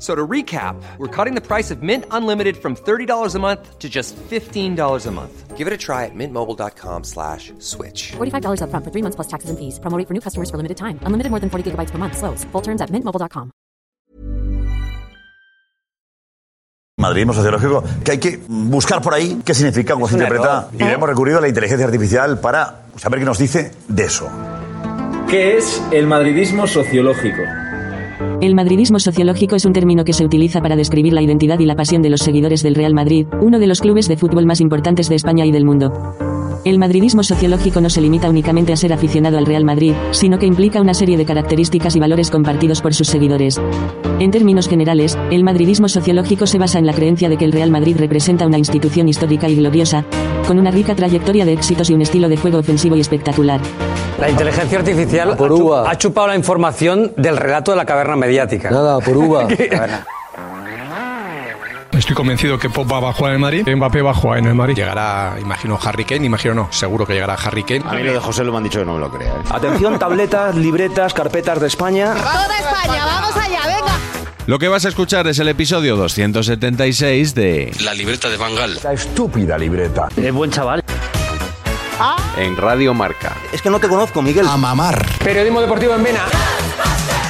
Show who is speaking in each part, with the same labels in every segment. Speaker 1: So to recap, we're cutting the price of Mint Unlimited from $30 a month to just $15 a month. Give it a try at mintmobile.com slash switch.
Speaker 2: $45 upfront for three months plus taxes and fees. Promo rate for new customers for limited time. Unlimited more than 40 gigabytes per month. Slows. Full terms at mintmobile.com.
Speaker 3: madridismo sociológico, que hay que buscar por ahí qué significa, cómo se
Speaker 4: un
Speaker 3: interpreta.
Speaker 4: error.
Speaker 3: Y le hemos recurrido a la inteligencia artificial para saber qué nos dice de eso.
Speaker 4: ¿Qué es el madridismo sociológico?
Speaker 5: El madridismo sociológico es un término que se utiliza para describir la identidad y la pasión de los seguidores del Real Madrid, uno de los clubes de fútbol más importantes de España y del mundo. El madridismo sociológico no se limita únicamente a ser aficionado al Real Madrid, sino que implica una serie de características y valores compartidos por sus seguidores. En términos generales, el madridismo sociológico se basa en la creencia de que el Real Madrid representa una institución histórica y gloriosa, con una rica trayectoria de éxitos y un estilo de juego ofensivo y espectacular.
Speaker 6: La inteligencia artificial ha, chu- ha chupado la información del relato de la caverna mediática. Nada, por uva.
Speaker 7: Estoy convencido que Pogba va a jugar en el Madrid, Mbappé va a jugar en el Madrid. Llegará, imagino, Harry Kane, imagino no, seguro que llegará Harry Kane.
Speaker 8: A mí lo de José lo me han dicho que no me lo crea. ¿eh?
Speaker 6: Atención, tabletas, libretas, carpetas de España.
Speaker 9: Toda España, vamos allá, venga.
Speaker 10: Lo que vas a escuchar es el episodio 276 de
Speaker 11: La libreta de Bangal.
Speaker 3: La estúpida libreta.
Speaker 11: Es buen chaval.
Speaker 10: En Radio Marca.
Speaker 6: Es que no te conozco, Miguel. A mamar. Periodismo deportivo en Vena.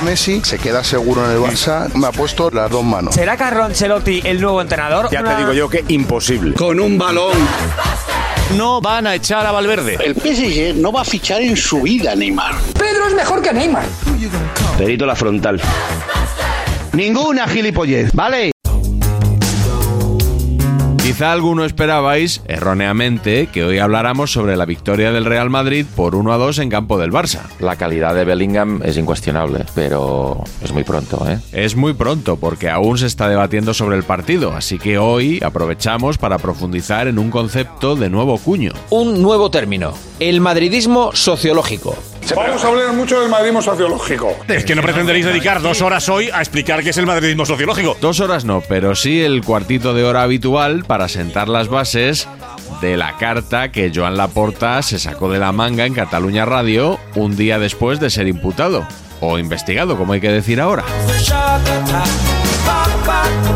Speaker 12: Messi se queda seguro en el Barça. Me ha puesto las dos manos.
Speaker 6: ¿Será Carlo Ancelotti el nuevo entrenador?
Speaker 8: Ya te digo yo que imposible.
Speaker 7: Con un balón.
Speaker 8: No van a echar a Valverde.
Speaker 13: El PSG no va a fichar en su vida Neymar.
Speaker 6: Pedro es mejor que Neymar.
Speaker 8: Perito la frontal.
Speaker 13: Ninguna gilipollez, ¿vale?
Speaker 10: Quizá alguno esperabais, erróneamente, que hoy habláramos sobre la victoria del Real Madrid por 1 a 2 en campo del Barça.
Speaker 14: La calidad de Bellingham es incuestionable, pero es muy pronto, ¿eh?
Speaker 10: Es muy pronto porque aún se está debatiendo sobre el partido, así que hoy aprovechamos para profundizar en un concepto de nuevo cuño.
Speaker 15: un nuevo término, el madridismo sociológico.
Speaker 16: Vamos a hablar mucho del madridismo sociológico. Es que no pretenderéis dedicar dos horas hoy a explicar qué es el madridismo sociológico.
Speaker 10: Dos horas no, pero sí el cuartito de hora habitual para sentar las bases de la carta que Joan Laporta se sacó de la manga en Cataluña Radio un día después de ser imputado. O investigado, como hay que decir ahora.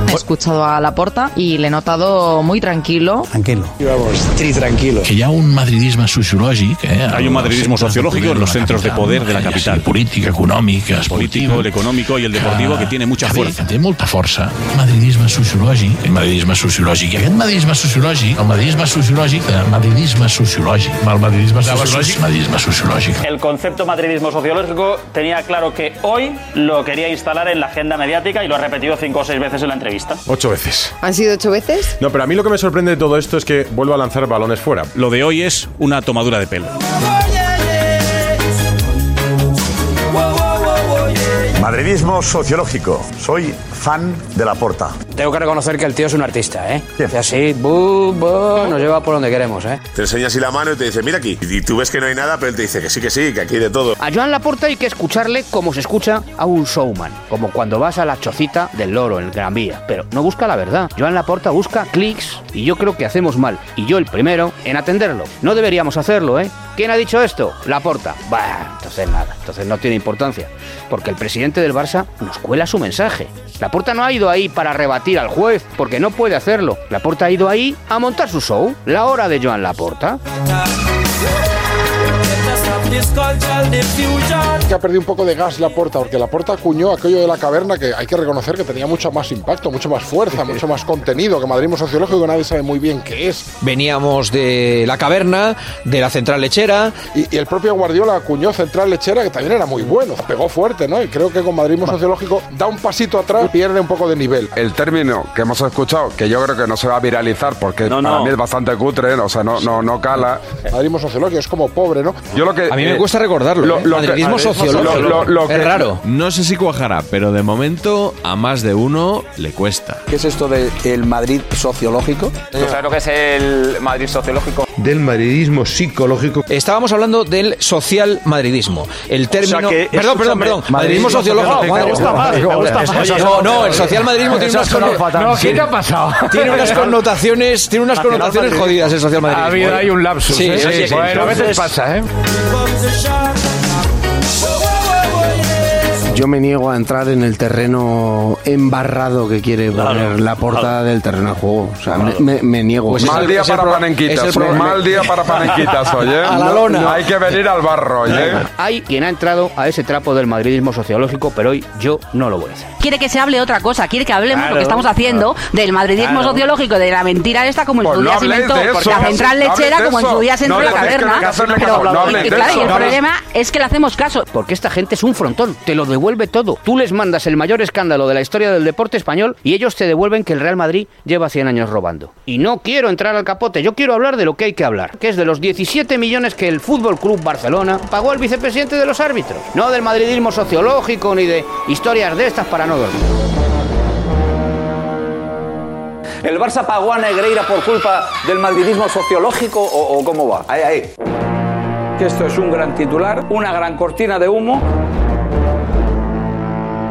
Speaker 17: He escuchado a Laporta y le he notado muy tranquilo.
Speaker 6: Tranquilo.
Speaker 8: Vamos, tri tranquilo.
Speaker 18: que hi ha un madridisme sociològic eh?
Speaker 16: Hay un madridismo
Speaker 18: Als centres
Speaker 16: sociológico
Speaker 18: de
Speaker 16: en los centros de
Speaker 18: capital,
Speaker 16: poder de la
Speaker 18: eh, ja
Speaker 16: capital.
Speaker 18: sigui política, econòmica,
Speaker 16: El político, el económico y el deportivo que tiene mucha
Speaker 18: que té,
Speaker 16: fuerza.
Speaker 18: que té molta força. Madridisme sociològic, madridisme sociològic. eh? I aquest madridisme sociològic, el madridisme sociològic, el madridisme sociològic, el madridisme sociològic, madridisme sociològic.
Speaker 19: El concepto madridismo sociológico tenía claro que hoy lo quería instalar en la agenda mediática y lo ha repetido cinco o seis veces en la entrevista.
Speaker 20: Ocho veces.
Speaker 19: ¿Han sido ocho veces?
Speaker 20: No, pero a mí lo que me sorprende de todo esto es que vuelvo a lanzar balones fuera.
Speaker 16: Lo de hoy es una tomadura de pelo.
Speaker 3: Madridismo sociológico. Soy fan de la porta.
Speaker 6: Tengo que reconocer que el tío es un artista, ¿eh? Y así, bu, bu, nos lleva por donde queremos, ¿eh? Te enseña así la mano y te dice, mira aquí. Y tú ves que no hay nada, pero él te dice que sí, que sí, que aquí hay de todo.
Speaker 19: Ah.
Speaker 15: A Joan Laporta hay que escucharle como se escucha a un showman, como cuando vas a la chocita del loro en el Gran Vía, pero no busca la verdad. Joan Laporta busca clics y yo creo que hacemos mal, y yo el primero, en atenderlo. No deberíamos hacerlo, ¿eh? ¿Quién ha dicho esto? Laporta. Bah, entonces nada, entonces no tiene importancia, porque el presidente del Barça nos cuela su mensaje. Laporta no ha ido ahí para rebatir al juez, porque no puede hacerlo. Laporta ha ido ahí a montar su show, la hora de Joan Laporta.
Speaker 12: Que ha perdido un poco de gas la porta, porque la porta acuñó aquello de la caverna que hay que reconocer que tenía mucho más impacto, mucho más fuerza, mucho más contenido que madridismo sociológico, nadie sabe muy bien qué es.
Speaker 6: Veníamos de la caverna, de la central lechera.
Speaker 12: Y, y el propio Guardiola acuñó central lechera, que también era muy bueno, pegó fuerte, ¿no? Y creo que con madridismo sociológico da un pasito atrás y pierde un poco de nivel.
Speaker 21: El término que hemos escuchado, que yo creo que no se va a viralizar porque
Speaker 12: No,
Speaker 21: para
Speaker 12: no.
Speaker 21: mí es bastante cutre, o sea, no, no, no cala.
Speaker 12: Madridismo sociológico es como pobre, ¿no?
Speaker 21: Yo lo que,
Speaker 6: A mí me cuesta recordarlo, ¿eh? Madridismo sociológico. Es raro.
Speaker 10: No sé si cuajará, pero de momento a más de uno le cuesta.
Speaker 22: ¿Qué es esto del Madrid sociológico?
Speaker 21: Pues
Speaker 23: ¿Tú sabes lo que es el Madrid sociológico?
Speaker 6: Del madridismo psicológico. Estábamos hablando del social madridismo. El término.
Speaker 23: que-
Speaker 6: perdón, perdón,
Speaker 23: escúchame,
Speaker 6: perdón. Madridismo sociológico.
Speaker 21: Me gusta más, me gusta más.
Speaker 6: Oye, No, no, el social madridismo tiene
Speaker 21: Eso
Speaker 6: unas
Speaker 21: ha sonado
Speaker 6: conno-
Speaker 21: fatal. No, ¿qué te ha pasado?
Speaker 6: Tiene unas connotaciones, tiene unas
Speaker 21: Nacional
Speaker 6: connotaciones
Speaker 21: madridismo.
Speaker 6: jodidas el social madridismo.
Speaker 21: Ha habido ahí un lapsus,
Speaker 6: Sí,
Speaker 21: ¿eh?
Speaker 6: sí,
Speaker 21: Sí,
Speaker 6: sí.
Speaker 21: bueno, a veces pasa,
Speaker 6: ¿eh?
Speaker 8: Yo me niego a entrar en el terreno embarrado que quiere poner la portada del terreno de juego. O sea, me, me- me niego.
Speaker 21: Pues mal día para panenquitas, mal día para panenquitas, oye. Hay que venir al barro, oye.
Speaker 15: Hay quien ha entrado a ese trapo del madridismo sociológico, pero hoy yo no lo voy a hacer.
Speaker 24: Quiere que se hable otra cosa, quiere que hablemos
Speaker 15: Claro,
Speaker 24: lo que estamos haciendo del madridismo
Speaker 15: Claro.
Speaker 24: sociológico, de la mentira esta como en
Speaker 15: Pues
Speaker 24: su
Speaker 15: no
Speaker 24: día se
Speaker 15: habléis
Speaker 24: inventó
Speaker 15: de eso,
Speaker 24: la central
Speaker 15: no habléis
Speaker 24: lechera
Speaker 15: de
Speaker 24: como en
Speaker 15: eso.
Speaker 24: su día se
Speaker 15: No,
Speaker 24: entró la
Speaker 15: tenéis que
Speaker 24: caverna.
Speaker 15: hacer lo que
Speaker 24: Pero-
Speaker 15: hablaba. No habléis
Speaker 24: y
Speaker 15: de
Speaker 24: claro,
Speaker 15: eso.
Speaker 24: y el
Speaker 15: No habléis-
Speaker 24: problema es que le hacemos caso.
Speaker 15: Porque esta gente es un frontón, te lo devuelve todo. Tú les mandas el mayor escándalo de la historia del deporte español y ellos te devuelven que el Real Madrid lleva 100 años robando. Y no quiero entrar al capote, yo quiero hablar de lo que hay que hablar, que es de los 17 millones que el Fútbol Club Barcelona pagó al vicepresidente de los árbitros, no del madridismo sociológico ni de historias de estas para no dormir.
Speaker 23: ¿El Barça pagó a Negreira por culpa del madridismo sociológico o, o cómo va? Ahí, ahí. Esto es un gran titular, una gran cortina de humo.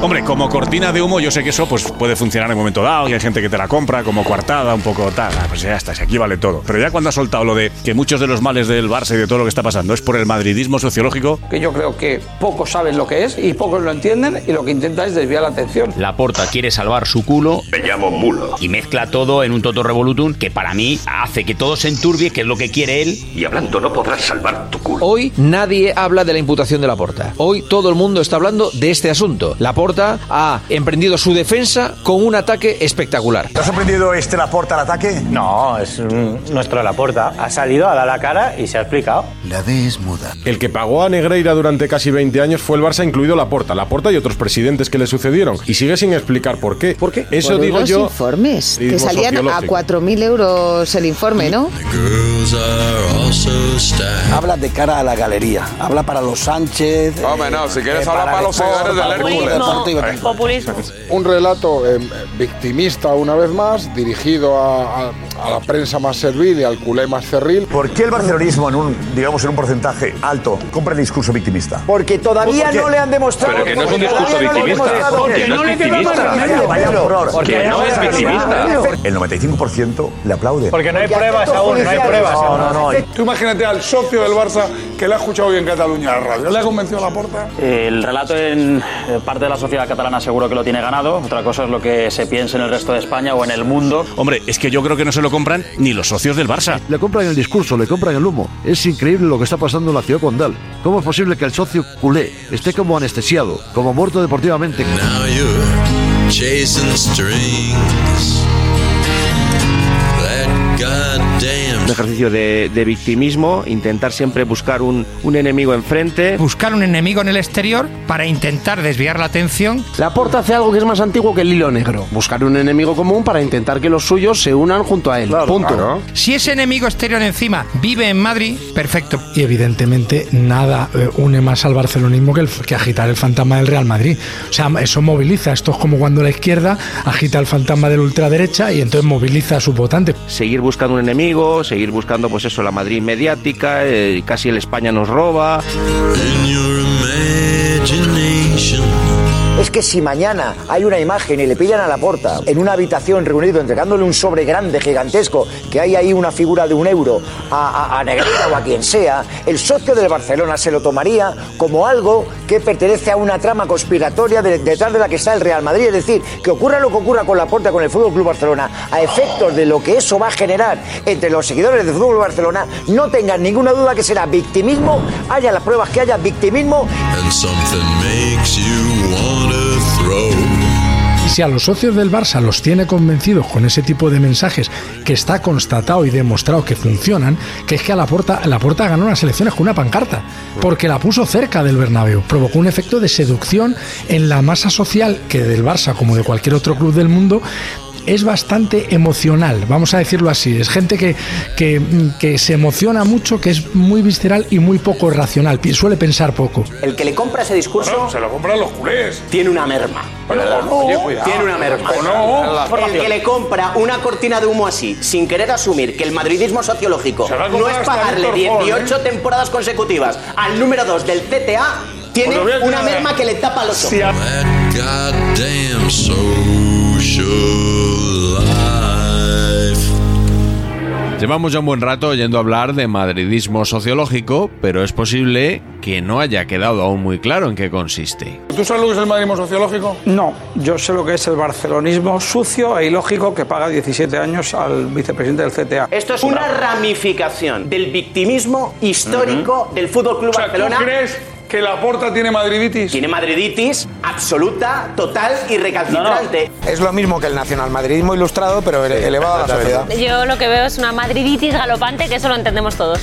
Speaker 16: Hombre, como cortina de humo, yo sé que eso pues, puede funcionar en un momento dado y hay gente que te la compra como coartada, un poco tal. Ah, Pues ya está, si aquí vale todo. Pero ya cuando ha soltado lo de que muchos de los males del Barça y de todo lo que está pasando es por el madridismo sociológico,
Speaker 23: Que yo creo que pocos saben lo que es y pocos lo entienden y lo que intenta es desviar la atención.
Speaker 19: La porta quiere salvar su culo. Me llamo Mulo. Y mezcla todo en un toto revolutum que para mí hace que todo se enturbie, que es lo que quiere él. Y hablando no podrás salvar tu culo.
Speaker 6: Hoy nadie habla de la imputación de Laporta. Hoy todo el mundo está hablando de este asunto. Laporta ha emprendido su defensa con un ataque espectacular.
Speaker 3: ¿Te ha sorprendido este Laporta al ataque?
Speaker 25: No, es nuestro Laporta. Ha salido, ha dado la cara y se ha explicado. La D es muda.
Speaker 26: El que pagó a Negreira durante casi 20 años fue el Barça, incluido Laporta. Laporta y otros presidentes que le sucedieron. Y sigue sin explicar por qué. ¿Por qué? Eso
Speaker 17: Por
Speaker 26: digo
Speaker 17: unos
Speaker 26: yo.
Speaker 17: informes que
Speaker 26: Madridismo
Speaker 17: salían a
Speaker 26: sociológico.
Speaker 17: 4.000 euros el informe, ¿no?
Speaker 25: Habla de cara a la galería. Habla para los Sánchez.
Speaker 21: Hombre, no, si quieres hablar para los seguidores del Hércules.
Speaker 12: populismo. Un relato eh, victimista una vez más, dirigido a, a- a la prensa más servil y al culé más cerril.
Speaker 3: ¿Por qué el barcelonismo en un, digamos, en un porcentaje alto compra el discurso victimista?
Speaker 12: Porque
Speaker 3: todavía no le han demostrado- Pero que no es un discurso victimista. Porque no le queda más remedio. Vaya horror.
Speaker 25: Porque no es victimista.
Speaker 3: El 95% le aplaude.
Speaker 25: Porque no hay pruebas aún, no hay pruebas.
Speaker 12: Tú imagínate al socio del Barça que le ha escuchado hoy en Cataluña la radio. ¿Le ha convencido a la porta?
Speaker 27: El relato en eh, parte de la sociedad catalana seguro que lo tiene ganado. Otra cosa es lo que se piense en el resto de España o en el mundo.
Speaker 16: hombre, es que yo creo que no se lo compran ni los socios del Barça.
Speaker 7: Le compran el discurso, le compran el humo. Es increíble lo que está pasando en la ciudad condal. ¿Cómo es posible que el socio culé esté como anestesiado, como muerto deportivamente?
Speaker 28: Un ejercicio de, de victimismo, intentar siempre buscar un, un enemigo enfrente.
Speaker 6: Buscar un enemigo en el exterior para intentar desviar la atención.
Speaker 8: La porta hace algo que es más antiguo que el hilo negro. Buscar un enemigo común para intentar que los suyos se unan junto a él. Punto.
Speaker 6: Si ese enemigo exterior encima vive en Madrid, perfecto.
Speaker 7: Y evidentemente nada eh, une más al barcelonismo que, el- que agitar el fantasma del Real Madrid. O sea, eso moviliza. Esto es como cuando la izquierda agita el fantasma de la ultraderecha y entonces moviliza a sus votantes.
Speaker 28: Seguir buscando un enemigo, seguir buscando, pues eso, la Madrid mediática, eh, casi el España nos roba. Es que si mañana hay una imagen y le pillan a la porta en una habitación reunido entregándole un sobre grande, gigantesco, que hay ahí una figura de un euro a, a- a Negrita o a quien sea, el socio del Barcelona se lo tomaría como algo que pertenece a una trama conspiratoria de- detrás de la que está el Real Madrid. Es decir, que ocurra lo que ocurra con la puerta con el Fútbol Club Barcelona, a efectos de lo que eso va a generar entre los seguidores del Fútbol Barcelona, no tengan ninguna duda que será victimismo, haya las pruebas que haya, victimismo
Speaker 25: And something makes you wanna throw.
Speaker 7: Y si a los socios del Barça los tiene convencidos con ese tipo de mensajes que está constatado y demostrado que funcionan, que es que a la porta, la porta ganó unas elecciones con una pancarta, porque la puso cerca del Bernabéu, provocó un efecto de seducción en la masa social que del Barça como de cualquier otro club del mundo es bastante emocional, vamos a decirlo así. Es gente que, que, que se emociona mucho, que es muy visceral y muy poco racional, pi- suele pensar poco.
Speaker 6: El que le compra ese discurso. se lo compran los culés. Tiene una merma.
Speaker 25: Oye, cuidado.
Speaker 6: tiene una merma.
Speaker 25: O no.
Speaker 6: El que le compra una cortina de humo así, sin querer asumir que el madridismo sociológico
Speaker 25: va a
Speaker 6: no
Speaker 25: comprar
Speaker 6: es
Speaker 25: hasta
Speaker 6: pagarle
Speaker 25: Víctor ¿eh? Ford,
Speaker 6: 18 temporadas consecutivas al número 2 del CTA, tiene
Speaker 25: Pues lo voy a
Speaker 6: una
Speaker 25: aclarar.
Speaker 6: merma que le tapa los ojos.
Speaker 25: That goddamn social life.
Speaker 10: Llevamos ya un buen rato oyendo hablar de madridismo sociológico, pero es posible que no haya quedado aún muy claro en qué consiste.
Speaker 19: ¿Tú sabes lo que es el madridismo sociológico? No, yo sé lo que es el barcelonismo sucio e ilógico que paga 17 años al vicepresidente del CTA.
Speaker 6: Esto es una ramificación del victimismo histórico del Fútbol Club Barcelona.
Speaker 19: crees que la porta tiene madriditis?
Speaker 6: Tiene madriditis absoluta, total y recalcitrante.
Speaker 8: Es lo mismo que el nacionalmadridismo ilustrado, pero ele- elevado a la sociedad.
Speaker 9: Yo lo que veo es una madriditis galopante, que eso lo entendemos todos.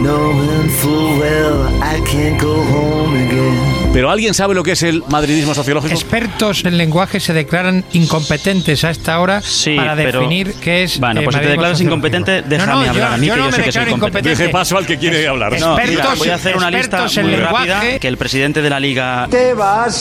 Speaker 9: Knowing full well I can't go home again.
Speaker 29: ¿Pero alguien sabe lo que es el madridismo sociológico?
Speaker 6: Expertos en lenguaje se declaran incompetentes a esta hora para
Speaker 29: pero-
Speaker 6: definir qué es.
Speaker 29: Bueno,
Speaker 6: eh,
Speaker 29: pues si te
Speaker 6: madridismo
Speaker 29: declaras
Speaker 6: sociológico.
Speaker 29: incompetente,
Speaker 6: No,
Speaker 29: déjame
Speaker 6: no, yo-
Speaker 29: hablar a mí,
Speaker 6: yo
Speaker 29: que
Speaker 6: no
Speaker 29: yo
Speaker 6: me
Speaker 29: sé que soy
Speaker 6: declaro
Speaker 29: competente.
Speaker 6: incompetente.
Speaker 29: Deje paso al que quiere hablar.
Speaker 6: No, mira,
Speaker 29: Mira,
Speaker 6: voy a hacer una lista
Speaker 29: lista
Speaker 6: muy rápida.
Speaker 19: Que el presidente de la liga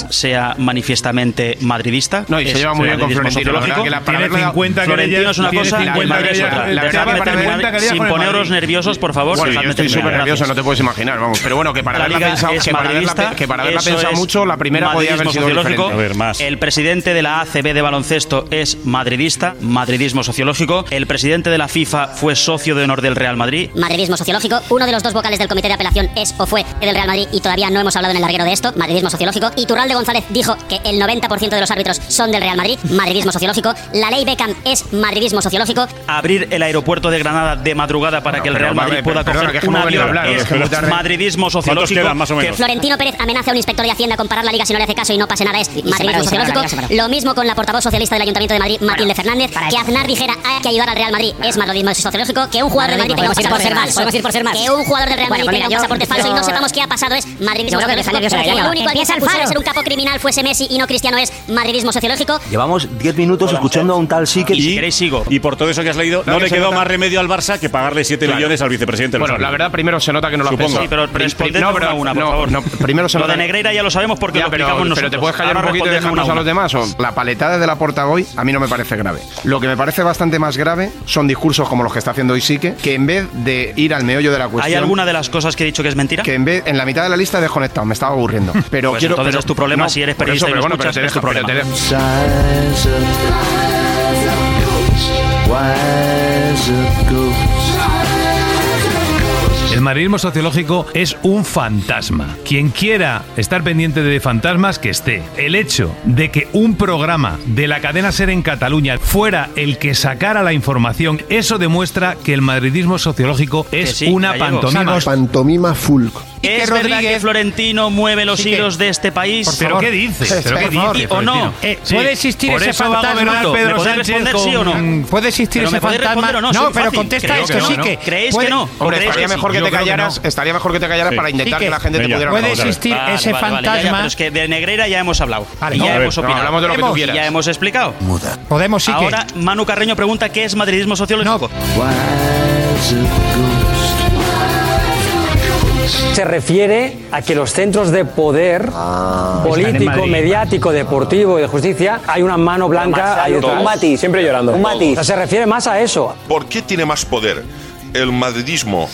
Speaker 19: sea manifiestamente madridista.
Speaker 16: No, y se
Speaker 19: Es
Speaker 16: lleva muy bien con
Speaker 19: madridismo
Speaker 16: Florentino, la verdad,
Speaker 19: sociológico.
Speaker 16: que la- para Tiene haberle dado- 50
Speaker 19: Florentino
Speaker 16: querellas,
Speaker 19: es una
Speaker 16: tiene
Speaker 19: cosa y
Speaker 16: 50
Speaker 19: Madrid es otra.
Speaker 16: querellas.
Speaker 19: Dejadme
Speaker 16: Para
Speaker 19: terminar
Speaker 16: 50 querellas
Speaker 19: sin
Speaker 16: con el
Speaker 19: poneros
Speaker 16: Madrid.
Speaker 19: nerviosos, por favor.
Speaker 16: Bueno, yo
Speaker 19: dejadme
Speaker 16: estoy
Speaker 19: terminar,
Speaker 16: súper nervioso,
Speaker 19: gracias.
Speaker 16: no te puedes imaginar, vamos. Pero bueno, que para
Speaker 19: La
Speaker 16: haberla
Speaker 19: liga
Speaker 16: pensado,
Speaker 19: es
Speaker 16: que para haberla,
Speaker 19: madridista,
Speaker 16: pe- que para haberla
Speaker 19: eso
Speaker 16: pensado
Speaker 19: es
Speaker 16: mucho, la primera podía haber
Speaker 19: madridismo
Speaker 16: sido
Speaker 19: sociológico.
Speaker 16: diferente.
Speaker 19: El presidente de la ACB de baloncesto es madridista, madridismo sociológico. El presidente de la FIFA fue socio de honor del Real Madrid.
Speaker 30: Madridismo sociológico. Uno de los dos vocales del comité de apelación es o fue del Real Madrid y todavía no hemos hablado en el larguero de esto. Madridismo sociológico. Y Turralde González dijo que el 90% de los árbitros son del Real Madrid. Madridismo sociológico. La ley Beckham es madridismo sociológico.
Speaker 19: Abrir el aeropuerto de Granada de madrugada para que el
Speaker 16: pero,
Speaker 19: Real
Speaker 16: a
Speaker 19: Madrid
Speaker 16: ver,
Speaker 19: pueda
Speaker 16: perdona, que
Speaker 19: coger
Speaker 16: es
Speaker 19: un
Speaker 16: muy válido
Speaker 19: avión
Speaker 16: hablar,
Speaker 19: es
Speaker 16: que es muy tarde.
Speaker 19: madridismo
Speaker 16: ¿Cuántos
Speaker 19: sociológico.
Speaker 16: quedan, más o menos?
Speaker 30: Florentino Pérez amenaza a un inspector de Hacienda con parar la liga si no le hace caso y no pasa nada. Es paró, madridismo y se paró, sociológico. y se paró. Lo mismo con la portavoz socialista del Ayuntamiento de Madrid, Matilde Fernández, que Aznar dijera hay que ayudar al Real Madrid. Es madridismo sociológico. Que un jugador del Madrid tenga un
Speaker 9: Podemos ir por
Speaker 30: pasaporte
Speaker 9: ser más,
Speaker 30: falso.
Speaker 9: podemos ir por ser más.
Speaker 30: Que un jugador del Real
Speaker 9: Bueno,
Speaker 30: Madrid tenga un
Speaker 9: colega, yo-
Speaker 30: pasaporte falso y no
Speaker 9: yo-
Speaker 30: sepamos qué ha pasado es
Speaker 9: Yo
Speaker 30: madridismo
Speaker 9: creo que
Speaker 30: sociológico.
Speaker 9: me está nervioso la
Speaker 30: Que
Speaker 9: llamada.
Speaker 30: el único al que
Speaker 9: Empieza
Speaker 30: se
Speaker 9: el
Speaker 30: acusó de
Speaker 9: faro.
Speaker 30: ser un capo criminal fuese Messi y no Cristiano es madridismo sociológico.
Speaker 29: Llevamos 10 minutos escuchando a un tal sí que. Y, si queréis, sigo. Y por todo eso que has leído, no
Speaker 16: Claro,
Speaker 29: le
Speaker 16: se
Speaker 29: quedó
Speaker 16: nota.
Speaker 29: más remedio al Barça que pagarle 7
Speaker 16: Claro.
Speaker 29: millones al vicepresidente. de los
Speaker 16: Bueno, la
Speaker 29: árbitros.
Speaker 16: verdad, primero se nota que no lo has
Speaker 29: Supongo.
Speaker 16: pensado.
Speaker 29: Sí, pero
Speaker 16: Pri- pri-
Speaker 29: respondedme
Speaker 16: no,
Speaker 29: una
Speaker 16: pero-
Speaker 29: a una, por
Speaker 16: no,
Speaker 29: favor.
Speaker 16: no, primero se
Speaker 19: Lo
Speaker 16: nota
Speaker 19: de
Speaker 16: que-
Speaker 19: Negreira ya lo sabemos porque
Speaker 16: Ya,
Speaker 19: lo
Speaker 16: pero,
Speaker 19: explicamos
Speaker 16: pero
Speaker 19: nosotros.
Speaker 16: te puedes callar
Speaker 19: Ahora
Speaker 16: un poquito y
Speaker 19: respondedme una
Speaker 16: dejarnos a los
Speaker 19: una.
Speaker 16: demás. O la paletada de la portavoy a mí no me parece grave. Lo que me parece bastante más grave son discursos como los que está haciendo hoy Sique, que en vez de ir al meollo de la cuestión.
Speaker 19: ¿Hay alguna de las cosas que he dicho que es mentira?
Speaker 16: Que en vez en la mitad de la lista he desconectado, me estaba aburriendo. Pero
Speaker 19: Pues
Speaker 16: quiero,
Speaker 19: entonces
Speaker 16: pero-
Speaker 19: es tu problema, si eres
Speaker 16: por
Speaker 19: periodista y no
Speaker 16: pero bueno, pero
Speaker 19: escuchas, es tu
Speaker 16: te deja- pero
Speaker 19: problema.
Speaker 16: te deja-
Speaker 9: Size of clouds of ghosts. Wise of
Speaker 31: El madridismo sociológico es un fantasma. Quien quiera estar pendiente de fantasmas, que esté. El hecho de que un programa de la cadena Ser en Cataluña fuera el que sacara la información, eso demuestra que el madridismo sociológico es
Speaker 19: sí,
Speaker 31: una
Speaker 19: gallego.
Speaker 31: pantomima.
Speaker 19: Una
Speaker 32: pantomima full.
Speaker 19: ¿Es verdad que Florentino mueve los hilos de este país?
Speaker 31: Por favor. ¿Pero qué dices? ¿Pero qué
Speaker 19: Por favor.
Speaker 31: dices,
Speaker 19: ¿O no?
Speaker 31: Florentino? Eh, ¿puede existir
Speaker 19: Por
Speaker 31: ese
Speaker 19: eso va a
Speaker 31: fantasma?
Speaker 19: gobernar
Speaker 31: Pedro
Speaker 19: ¿Me podéis
Speaker 31: Sánchez
Speaker 19: responder sí o no?
Speaker 31: con- ¿Puede existir
Speaker 19: ¿Pero
Speaker 31: ese
Speaker 19: me podéis
Speaker 31: fantasma?
Speaker 19: responder o
Speaker 31: No,
Speaker 19: Soy
Speaker 31: pero
Speaker 19: fácil.
Speaker 31: contesta
Speaker 19: Creo
Speaker 31: esto,
Speaker 19: que no,
Speaker 31: sí
Speaker 19: ¿no?
Speaker 31: que-
Speaker 19: ¿Creéis
Speaker 31: puede-
Speaker 19: que no?
Speaker 31: Hombre,
Speaker 19: ¿Creéis
Speaker 31: estaría
Speaker 19: que
Speaker 31: mejor que te
Speaker 19: sí? Yo creo
Speaker 31: callaras,
Speaker 19: no.
Speaker 31: estaría mejor que te callaras Sí. para intentar que la gente te
Speaker 19: Venga,
Speaker 31: pudiera
Speaker 19: vamos a ver.
Speaker 31: responder. Puede existir
Speaker 19: Vale,
Speaker 31: ese
Speaker 19: vale, vale, ya,
Speaker 31: fantasma-
Speaker 19: ya, pero es que de Negreira ya hemos hablado.
Speaker 31: Vale,
Speaker 19: y
Speaker 31: no,
Speaker 19: ya
Speaker 31: a ver,
Speaker 19: hemos
Speaker 31: no,
Speaker 19: opinado.
Speaker 31: hablamos de lo que tú
Speaker 19: Hemos-
Speaker 31: quieras.
Speaker 19: Ya hemos explicado.
Speaker 31: Podemos sí que-
Speaker 19: Ahora, Manu Carreño pregunta qué es madridismo sociológico.
Speaker 33: Se refiere a que los centros de poder
Speaker 16: Ah,
Speaker 6: Están en
Speaker 33: político,
Speaker 6: Madrid.
Speaker 33: mediático, deportivo y de justicia, hay una mano blanca. ahí detrás. Siempre llorando. O sea, se refiere más a eso.
Speaker 31: ¿Por qué tiene más poder el madridismo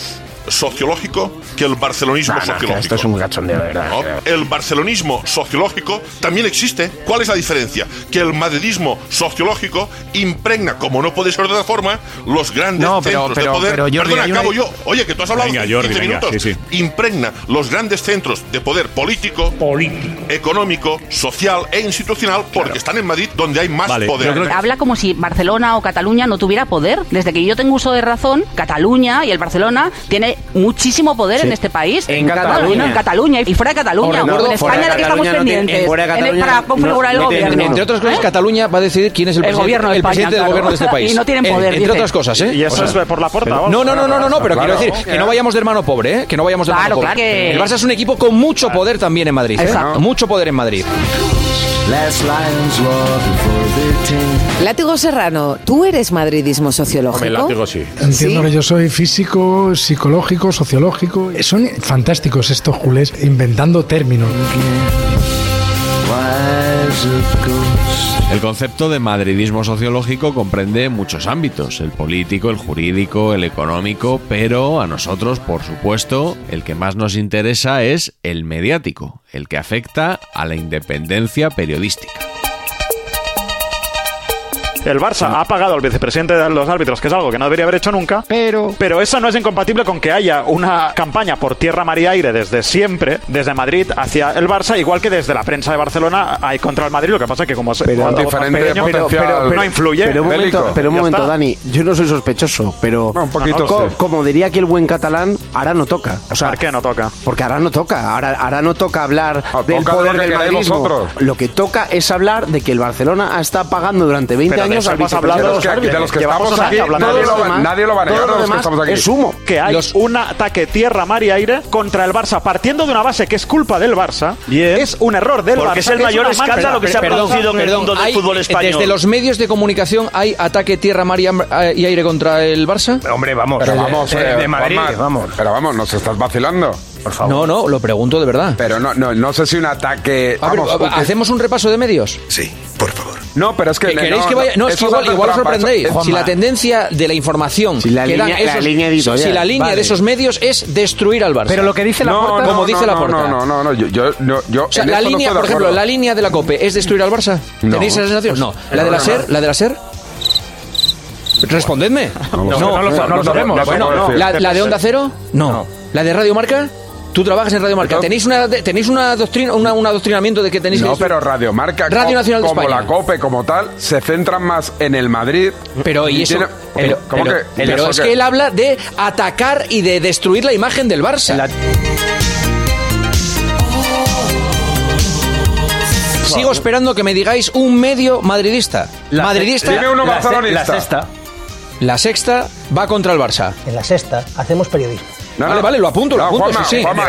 Speaker 33: sociológico que el barcelonismo
Speaker 8: No, no,
Speaker 33: sociológico.
Speaker 8: esto es un cachondeo, de verdad.
Speaker 33: No, El barcelonismo sociológico también existe. ¿Cuál es la diferencia? Que el madridismo sociológico impregna, como no puede ser de otra forma, los grandes
Speaker 34: No, pero-
Speaker 33: centros
Speaker 34: pero-
Speaker 33: de poder.
Speaker 34: pero, Jordi,
Speaker 33: Perdona,
Speaker 34: hay una-
Speaker 33: acabo yo. Oye, que tú has hablado
Speaker 16: Venga,
Speaker 33: hace
Speaker 16: Jordi,
Speaker 33: 15
Speaker 16: venga,
Speaker 33: minutos.
Speaker 16: sí, sí.
Speaker 33: Impregna los grandes centros de poder político, económico, social e institucional porque están en Madrid donde hay más
Speaker 16: Vale,
Speaker 33: poder.
Speaker 16: yo creo que-
Speaker 24: Habla como si Barcelona o Cataluña no tuviera poder. Desde que yo tengo uso de razón, Cataluña y el Barcelona tiene muchísimo poder
Speaker 2: Sí.
Speaker 24: en este país.
Speaker 2: En
Speaker 24: Bueno,
Speaker 2: Cataluña.
Speaker 24: no, en Cataluña y fuera de Cataluña.
Speaker 6: Os recuerdo,
Speaker 24: en
Speaker 6: fuera
Speaker 24: España
Speaker 6: de
Speaker 24: de que estamos
Speaker 6: Cataluña no tiene-
Speaker 24: pendientes.
Speaker 6: fuera de
Speaker 24: En-
Speaker 6: Cataluña
Speaker 24: para
Speaker 6: no-
Speaker 24: configurar
Speaker 6: no tiene
Speaker 24: el gobierno. ¿Eh?
Speaker 6: ninguno. Entre otras cosas, Cataluña va a decidir quién es el,
Speaker 24: El
Speaker 6: presidente,
Speaker 24: gobierno de
Speaker 6: el
Speaker 24: España,
Speaker 6: presidente
Speaker 24: claro.
Speaker 6: del gobierno de este país.
Speaker 24: Y no tienen
Speaker 6: En-
Speaker 24: poder,
Speaker 6: entre
Speaker 24: dicen.
Speaker 6: otras cosas, ¿eh?
Speaker 24: Y eso es por la puerta, vamos.
Speaker 6: No, no, no, no, no, no, pero
Speaker 17: Claro.
Speaker 6: quiero decir que no vayamos de hermano pobre, ¿eh? Que no vayamos de
Speaker 17: Claro,
Speaker 6: hermano pobre.
Speaker 17: claro que-
Speaker 6: El Barça es un equipo con mucho poder también en Madrid. ¿eh?
Speaker 17: Exacto.
Speaker 6: Mucho poder en Madrid.
Speaker 18: Látigo Serrano, ¿tú eres madridismo sociológico?
Speaker 35: sí.
Speaker 7: Entiendo que yo soy físico, psicológico, sociológico. Son fantásticos estos culés inventando términos.
Speaker 10: El concepto de madridismo sociológico comprende muchos ámbitos, el político, el jurídico, el económico, pero a nosotros, por supuesto, el que más nos interesa es el mediático, el que afecta a la independencia periodística.
Speaker 35: El Barça ha pagado al vicepresidente de los árbitros, que es algo que no debería haber hecho nunca. Pero. Pero eso no es incompatible con que haya una campaña por tierra, mar y aire desde siempre, desde Madrid hacia el Barça, igual que desde la prensa de Barcelona hay contra el Madrid. Lo que pasa es que, como es un altavoz tan pequeño, no influye.
Speaker 8: Pero un momento, pero un
Speaker 35: Ya
Speaker 8: momento
Speaker 35: está.
Speaker 8: Dani, yo no soy sospechoso, pero
Speaker 35: No, un poquito
Speaker 8: co- como,
Speaker 35: sí.
Speaker 8: diría aquí el buen catalán, ahora no toca. O sea, ¿Por
Speaker 35: qué no toca? Ah,
Speaker 8: Porque ahora no toca, ahora, ahora no toca hablar del
Speaker 35: toca de lo
Speaker 8: poder
Speaker 35: que
Speaker 8: del
Speaker 35: queréis
Speaker 8: madridismo.
Speaker 35: vosotros.
Speaker 8: Lo que toca es hablar de que el Barcelona ha estado pagando durante 20
Speaker 35: Pero de
Speaker 8: años
Speaker 35: eso
Speaker 8: al
Speaker 35: hemos hablado
Speaker 8: vicepresidente
Speaker 35: los que-
Speaker 8: árbitros.
Speaker 35: de los que
Speaker 8: Llevamos
Speaker 35: estamos
Speaker 8: un
Speaker 35: aquí
Speaker 8: año
Speaker 35: hablando.
Speaker 8: todo
Speaker 35: Nadie
Speaker 8: lo
Speaker 35: lo va-
Speaker 8: demás-
Speaker 35: nadie lo va a
Speaker 8: todo
Speaker 35: negar
Speaker 8: lo
Speaker 35: de los que
Speaker 8: demás
Speaker 35: estamos aquí.
Speaker 8: Es humo.
Speaker 35: que hay un ataque tierra, mar y aire contra el Barça, partiendo de una base que es culpa del Barça, es un error del Barça.
Speaker 36: Porque es el
Speaker 35: que
Speaker 36: mayor
Speaker 35: una mancha.
Speaker 36: escándalo que se ha producido en el mundo del
Speaker 6: hay-
Speaker 36: fútbol español.
Speaker 6: Desde los medios de comunicación hay ataque tierra, mar y am- eh, y aire contra el Barça.
Speaker 35: Hombre, vamos,
Speaker 6: de-
Speaker 21: Pero vamos,
Speaker 6: de-
Speaker 21: eh,
Speaker 6: de Madrid,
Speaker 21: Juanma,
Speaker 6: vamos.
Speaker 21: Pero vamos, nos estás vacilando. Por favor.
Speaker 6: No, no, lo pregunto de verdad.
Speaker 21: Pero no, no, no sé si un ataque.
Speaker 6: A ver,
Speaker 21: vamos,
Speaker 6: a-
Speaker 21: un-
Speaker 6: ¿Hacemos un repaso de medios?
Speaker 21: Sí, por favor. No, pero es que.
Speaker 6: Que queréis que vaya? No, es que igual, igual os sorprendéis. Si la tendencia de la información
Speaker 21: Si la
Speaker 6: que dan
Speaker 21: línea- la
Speaker 6: esos-
Speaker 21: línea editorial.
Speaker 6: si la línea
Speaker 21: Vale.
Speaker 6: de esos medios es destruir al Barça.
Speaker 21: Pero lo que dice Laporta-
Speaker 6: como
Speaker 21: no,
Speaker 6: dice
Speaker 21: no,
Speaker 6: la
Speaker 21: no,
Speaker 6: porta.
Speaker 21: no, no, no, yo- yo- no, yo
Speaker 6: O sea,
Speaker 21: en
Speaker 6: la
Speaker 21: esto no
Speaker 6: línea,
Speaker 21: estoy de
Speaker 6: por ejemplo,
Speaker 21: acuerdo.
Speaker 6: la línea de la COPE es destruir al Barça.
Speaker 21: No.
Speaker 6: ¿Tenéis esa sensación? No. ¿La de la
Speaker 21: No, no,
Speaker 6: SER?
Speaker 21: no.
Speaker 6: ¿La de la SER? Respondedme.
Speaker 21: No, no lo- no lo sabemos.
Speaker 6: Bueno,
Speaker 21: No lo
Speaker 6: ¿la,
Speaker 21: sabemos.
Speaker 6: la de Onda Cero? No. ¿La de Radio Marca? Tú trabajas en Radio Marca. ¿Tenéis, una, tenéis una doctrina, una- un adoctrinamiento de que tenéis
Speaker 21: No,
Speaker 6: que-
Speaker 21: pero Radio Marca,
Speaker 6: Radio
Speaker 21: co-
Speaker 6: Nacional de
Speaker 21: como
Speaker 6: España.
Speaker 21: la COPE, como tal, se centran más en el Madrid.
Speaker 6: Pero, ¿y eso?
Speaker 21: tiene-
Speaker 6: pero,
Speaker 21: ¿Cómo
Speaker 6: pero-
Speaker 21: que?
Speaker 6: pero
Speaker 21: ¿Y eso
Speaker 6: es
Speaker 21: qué?
Speaker 6: que él habla de atacar y de destruir la imagen del Barça. Sigo esperando que me digáis un medio madridista.
Speaker 21: La-
Speaker 6: madridista.
Speaker 21: Dime uno La se- barcelonista. la
Speaker 6: sexta. La sexta va contra el Barça.
Speaker 37: En la sexta hacemos periodismo.
Speaker 21: No,
Speaker 6: vale,
Speaker 21: no.
Speaker 6: vale, lo apunto, lo
Speaker 21: No,
Speaker 6: apunto.
Speaker 21: Juanma,
Speaker 6: sí, sí.
Speaker 21: Juanma.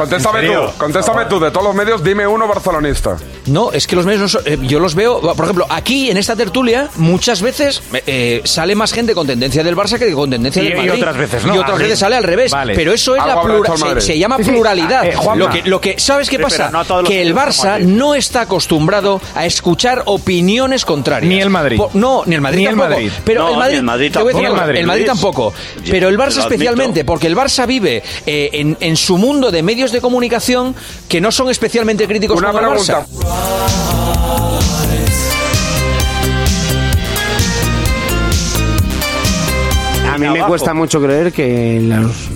Speaker 21: Contéstame
Speaker 6: ¿en
Speaker 21: tú,
Speaker 6: serio?
Speaker 21: contéstame tú, de todos los medios, dime uno barcelonista.
Speaker 6: No, es que los medios no son- eh, yo los veo, por ejemplo, aquí en esta tertulia muchas veces eh, sale más gente con tendencia del Barça que con tendencia
Speaker 35: Y-
Speaker 6: del
Speaker 35: y
Speaker 6: Madrid.
Speaker 35: otras veces no.
Speaker 6: Y otras
Speaker 35: Ah,
Speaker 6: veces
Speaker 35: sí.
Speaker 6: sale al revés.
Speaker 35: Vale.
Speaker 6: Pero eso es
Speaker 35: Algo
Speaker 6: la
Speaker 35: habrá
Speaker 6: plura-
Speaker 35: hecho el
Speaker 6: se,
Speaker 35: Madrid.
Speaker 6: se llama
Speaker 35: Sí, sí.
Speaker 6: pluralidad.
Speaker 35: Ah, eh, Juanma.
Speaker 6: lo que, lo que sabes qué
Speaker 35: Sí, pero
Speaker 6: pasa,
Speaker 35: no todos los
Speaker 6: que el
Speaker 35: medios son
Speaker 6: Barça no está acostumbrado a escuchar opiniones contrarias. Ni el Madrid. no, ni el Madrid
Speaker 36: Ni el
Speaker 6: tampoco.
Speaker 36: Madrid.
Speaker 6: Pero
Speaker 36: No,
Speaker 6: el Madrid,
Speaker 36: ni el Madrid
Speaker 6: te voy a
Speaker 36: tampoco.
Speaker 6: decir una cosa,
Speaker 36: Ni el
Speaker 6: el Madrid
Speaker 36: Madrid.
Speaker 6: tampoco.
Speaker 36: Yo
Speaker 6: Pero
Speaker 36: te
Speaker 6: el
Speaker 36: lo
Speaker 6: Barça
Speaker 36: admito.
Speaker 6: especialmente porque el Barça vive eh, en, en su mundo de medios de comunicación que no son especialmente críticos
Speaker 21: Una
Speaker 6: con el
Speaker 21: pregunta.
Speaker 6: Barça.
Speaker 21: A mí
Speaker 6: me
Speaker 21: me
Speaker 6: abajo.
Speaker 21: cuesta
Speaker 6: cuesta
Speaker 21: mucho creer que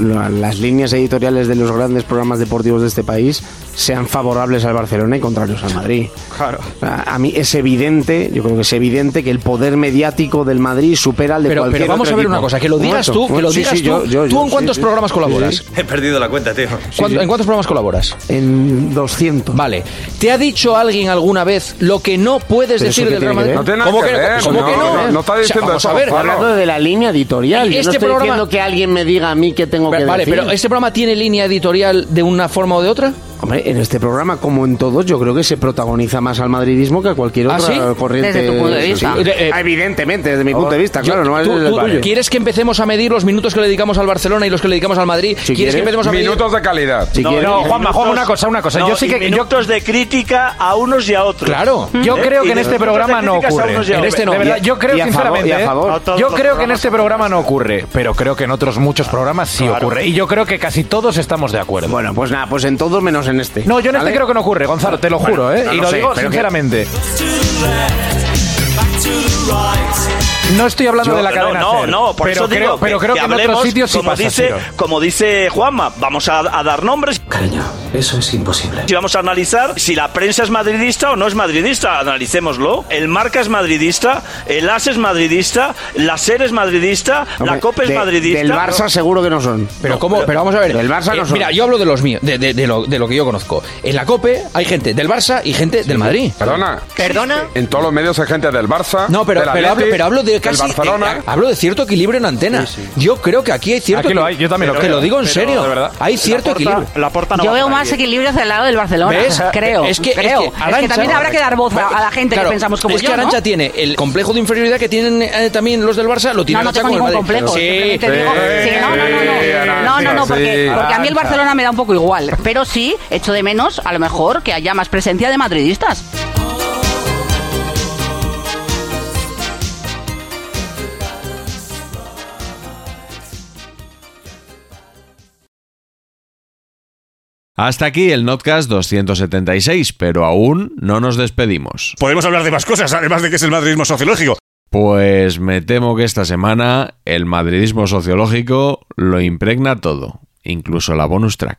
Speaker 21: las líneas editoriales de los grandes programas deportivos de este país sean favorables al Barcelona y contrarios al Madrid.
Speaker 35: Claro.
Speaker 21: A mí es evidente, yo creo que es evidente que el poder mediático del Madrid supera al de
Speaker 6: Pero, pero vamos a ver una cosa, que lo digas tú, que lo digas tú. ¿Tú en cuántos programas colaboras?
Speaker 36: He perdido la cuenta, tío.
Speaker 6: ¿Cuánto- ¿En cuántos programas colaboras? En 200. Vale. ¿Te ha dicho alguien alguna vez lo que no puedes
Speaker 21: Pero eso
Speaker 6: decir
Speaker 21: qué
Speaker 6: del Real
Speaker 21: tiene
Speaker 6: Madrid?
Speaker 21: que ver. No tiene nada
Speaker 6: ¿Cómo
Speaker 21: que
Speaker 6: que,
Speaker 21: ver,
Speaker 6: no? ¿Cómo
Speaker 21: no,
Speaker 6: que no?
Speaker 21: no, no está
Speaker 6: O sea,
Speaker 21: diciendo
Speaker 6: vamos
Speaker 21: eso,
Speaker 6: a ver,
Speaker 21: Juanma.
Speaker 6: Hablando
Speaker 21: Hablando de la línea editorial.
Speaker 6: Este programa-
Speaker 21: que alguien me diga a mí qué tengo
Speaker 6: Vale, pero ¿este programa tiene línea editorial de una forma o de otra?
Speaker 21: Hombre, en este programa, como en todos, yo creo que se protagoniza más al madridismo que a cualquier ¿Ah, otra sí? corriente. Desde tu punto de vista. Sí, sí. Eh, Evidentemente, desde mi
Speaker 6: Oh,
Speaker 21: punto de vista, Yo- claro. No es tú- desde el tú- barrio.
Speaker 6: ¿Quieres que empecemos a medir los minutos que le dedicamos al Barcelona y los que le dedicamos al Madrid?
Speaker 21: quieres.
Speaker 6: que empecemos a medir?
Speaker 1: Minutos de calidad.
Speaker 6: Si
Speaker 1: No,
Speaker 6: quieres.
Speaker 1: no, Juanma, Juanma,
Speaker 6: Minutos-
Speaker 1: una cosa, una cosa.
Speaker 6: no,
Speaker 1: yo sí
Speaker 6: y
Speaker 1: que
Speaker 38: eh, minutos de crítica a unos y a otros.
Speaker 1: Claro,
Speaker 38: Mm.
Speaker 1: yo
Speaker 38: ¿Eh?
Speaker 1: creo
Speaker 38: Y
Speaker 1: que en este
Speaker 38: minutos de
Speaker 1: programa no
Speaker 38: críticas a
Speaker 1: ocurre.
Speaker 38: unos y a
Speaker 1: En
Speaker 38: otros.
Speaker 1: este no.
Speaker 38: De verdad,
Speaker 1: yo creo
Speaker 38: y a favor-
Speaker 1: sinceramente,
Speaker 38: y a
Speaker 1: ¿eh?
Speaker 38: favor. No todos
Speaker 1: yo
Speaker 38: los
Speaker 1: creo que en
Speaker 38: programas
Speaker 1: este programa no ocurre, pero creo que en otros muchos programas sí ocurre y yo creo que casi todos estamos de acuerdo.
Speaker 21: Bueno, pues nada, pues en todos menos en este.
Speaker 1: No, yo en
Speaker 21: ¿Vale?
Speaker 1: este creo que no ocurre, Gonzalo, te lo
Speaker 21: Bueno,
Speaker 1: juro, ¿eh?
Speaker 21: no
Speaker 1: y
Speaker 21: lo
Speaker 1: lo,
Speaker 21: sé,
Speaker 1: digo
Speaker 21: pero que-
Speaker 1: sinceramente. No estoy hablando de la cadena
Speaker 38: No,
Speaker 1: SER,
Speaker 38: no, por
Speaker 1: pero
Speaker 38: eso
Speaker 1: creo,
Speaker 38: digo
Speaker 1: pero
Speaker 38: que-
Speaker 1: creo
Speaker 38: que
Speaker 1: que, en otros
Speaker 38: hablemos,
Speaker 1: sitios sí
Speaker 38: como
Speaker 1: pasa,
Speaker 38: dice,
Speaker 1: Siro.
Speaker 38: como dice Juanma, vamos a, a dar nombres
Speaker 3: Cariño, eso es imposible.
Speaker 38: y vamos a analizar si la prensa es madridista o no es madridista. Analicémoslo. El Marca es madridista, el AS es madridista, la SER es madridista, la
Speaker 21: Hombre,
Speaker 38: COPE es
Speaker 21: de-
Speaker 38: madridista.
Speaker 21: Del Barça seguro que no son.
Speaker 6: Pero, ¿cómo? pero vamos a ver.
Speaker 21: Del Barça
Speaker 6: Eh,
Speaker 21: no son.
Speaker 6: Mira, yo hablo de los míos, de, de- de lo, de lo que yo conozco. En la COPE hay gente del Barça y gente del Madrid.
Speaker 1: Perdona.
Speaker 6: ¿Perdona?
Speaker 1: En todos los medios hay gente del Barça.
Speaker 6: No, pero,
Speaker 1: del
Speaker 6: pero, hablo,
Speaker 1: Atleti,
Speaker 6: pero hablo de
Speaker 1: del
Speaker 6: casi.
Speaker 1: Barcelona.
Speaker 6: eh, hablo de cierto equilibrio en antena. Yo creo que aquí hay cierto.
Speaker 1: Aquí lo
Speaker 6: equi-
Speaker 1: hay, yo también lo
Speaker 6: Te
Speaker 1: creo.
Speaker 6: lo digo en
Speaker 1: Pero,
Speaker 6: serio.
Speaker 1: de verdad.
Speaker 6: Hay cierto
Speaker 1: Laporta-
Speaker 6: equilibrio.
Speaker 24: Yo veo más
Speaker 1: ¿eh?
Speaker 24: equilibrio hacia el lado del Barcelona,
Speaker 6: ¿eh? ¿Ves?
Speaker 24: creo.
Speaker 6: Es que, es
Speaker 24: creo.
Speaker 6: que
Speaker 24: Es que
Speaker 6: Arantxa-
Speaker 24: también habrá que dar voz a, a la gente
Speaker 6: Claro,
Speaker 24: que pensamos como
Speaker 6: es
Speaker 24: yo,
Speaker 6: que
Speaker 24: ¿no?
Speaker 6: Arancha tiene el complejo de inferioridad que tienen eh, también los del Barça, lo tiene
Speaker 24: No, no
Speaker 6: Arantxa
Speaker 24: tengo
Speaker 6: con el
Speaker 24: ningún
Speaker 6: Madrid.
Speaker 24: complejo,
Speaker 6: Sí,
Speaker 24: simplemente digo- sí, no, no, no, no. No, no, no, porque, porque a mí el Barcelona me da un poco igual, pero sí echo de menos, a lo mejor, que haya más presencia de madridistas.
Speaker 10: Hasta aquí el Notcast 276, pero aún no nos despedimos.
Speaker 16: Podemos hablar de más cosas, además de que es el madridismo sociológico.
Speaker 10: Pues me temo que esta semana el madridismo sociológico lo impregna todo, incluso la bonus track.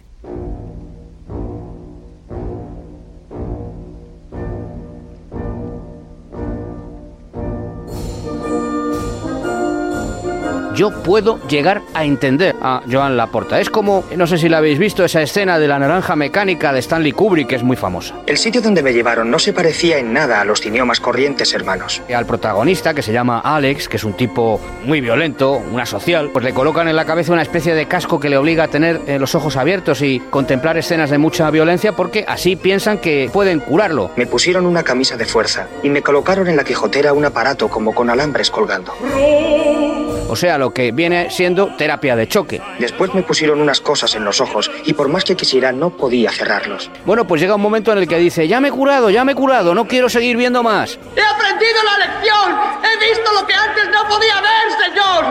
Speaker 15: yo puedo llegar a entender a Joan Laporta. Es como, no sé si la habéis visto, esa escena de la naranja mecánica de Stanley Kubrick, que es muy famosa.
Speaker 39: El sitio donde me llevaron no se parecía en nada a los ciniomas corrientes, hermanos.
Speaker 15: Al protagonista, que se llama Alex, que es un tipo muy violento, una social, pues le colocan en la cabeza una especie de casco que le obliga a tener eh, los ojos abiertos y contemplar escenas de mucha violencia porque así piensan que pueden curarlo.
Speaker 39: Me pusieron una camisa de fuerza y me colocaron en la quijotera un aparato como con alambres colgando.
Speaker 15: O sea, lo que viene Eh, siendo terapia de choque.
Speaker 39: Después me pusieron unas cosas en los ojos y por más que quisiera no podía cerrarlos.
Speaker 15: Bueno, pues llega un momento en el que dice, ya me he curado, ya me he curado, no quiero seguir viendo más.
Speaker 9: He aprendido la lección. He visto lo que antes no podía ver, señor.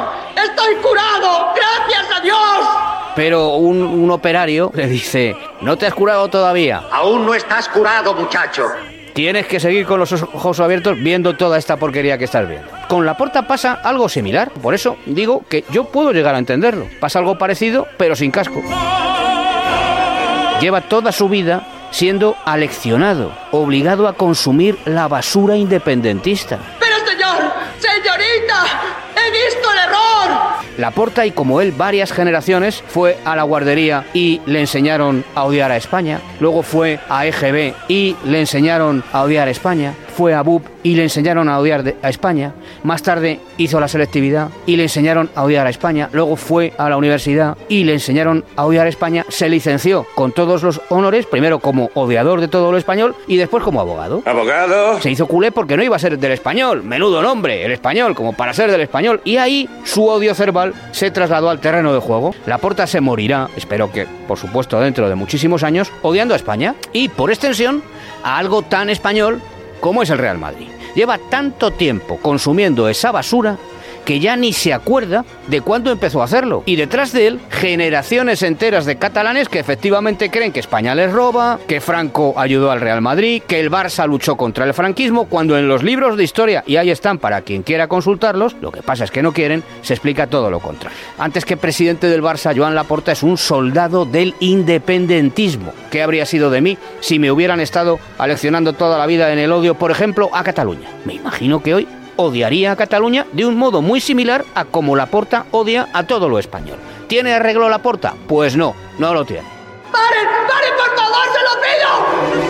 Speaker 9: Estoy curado. Gracias a Dios.
Speaker 15: Pero un, un operario le dice, no te has curado todavía.
Speaker 39: Aún no estás curado, muchacho.
Speaker 15: Tienes que seguir con los ojos abiertos viendo toda esta porquería que estás viendo. Con la porta pasa algo similar, por eso digo que yo puedo llegar a entenderlo. Pasa algo parecido, pero sin casco. Lleva toda su vida siendo aleccionado, obligado a consumir la basura independentista.
Speaker 9: Pero, señor, señorita, he visto el error.
Speaker 15: La porta y como él varias generaciones fue a la guardería y le enseñaron a odiar a España. Luego fue a EGB y le enseñaron a odiar a España. Fue a BUP y le enseñaron a odiar de- a España. Más tarde hizo la selectividad y le enseñaron a odiar a España. Luego fue a la universidad y le enseñaron a odiar a España. Se licenció con todos los honores, primero como odiador de todo lo español y después como abogado.
Speaker 12: Abogado.
Speaker 15: Se hizo culé porque no iba a ser del español. Menudo nombre, el español, como para ser del español. Y ahí su odio cerval se trasladó al terreno de juego. Laporta se morirá, espero que, por supuesto, dentro de muchísimos años, odiando a España y, por extensión, a algo tan español como es el Real Madrid. Lleva tanto tiempo consumiendo esa basura que ya ni se acuerda de cuándo empezó a hacerlo. Y detrás de él, generaciones enteras de catalanes que efectivamente creen que España les roba, que Franco ayudó al Real Madrid, que el Barça luchó contra el franquismo, cuando en los libros de historia, y ahí están para quien quiera consultarlos, lo que pasa es que no quieren, se explica todo lo contrario. Antes que presidente del Barça, Joan Laporta es un soldado del independentismo. ¿Qué habría sido de mí si me hubieran estado aleccionando toda la vida en el odio, por ejemplo, a Cataluña? Me imagino que hoy odiaría a Cataluña de un modo muy similar a como Laporta odia a todo lo español. ¿Tiene arreglo Laporta? Pues no, no lo tiene.
Speaker 9: ¡Paren! ¡Paren, por favor, se lo pido!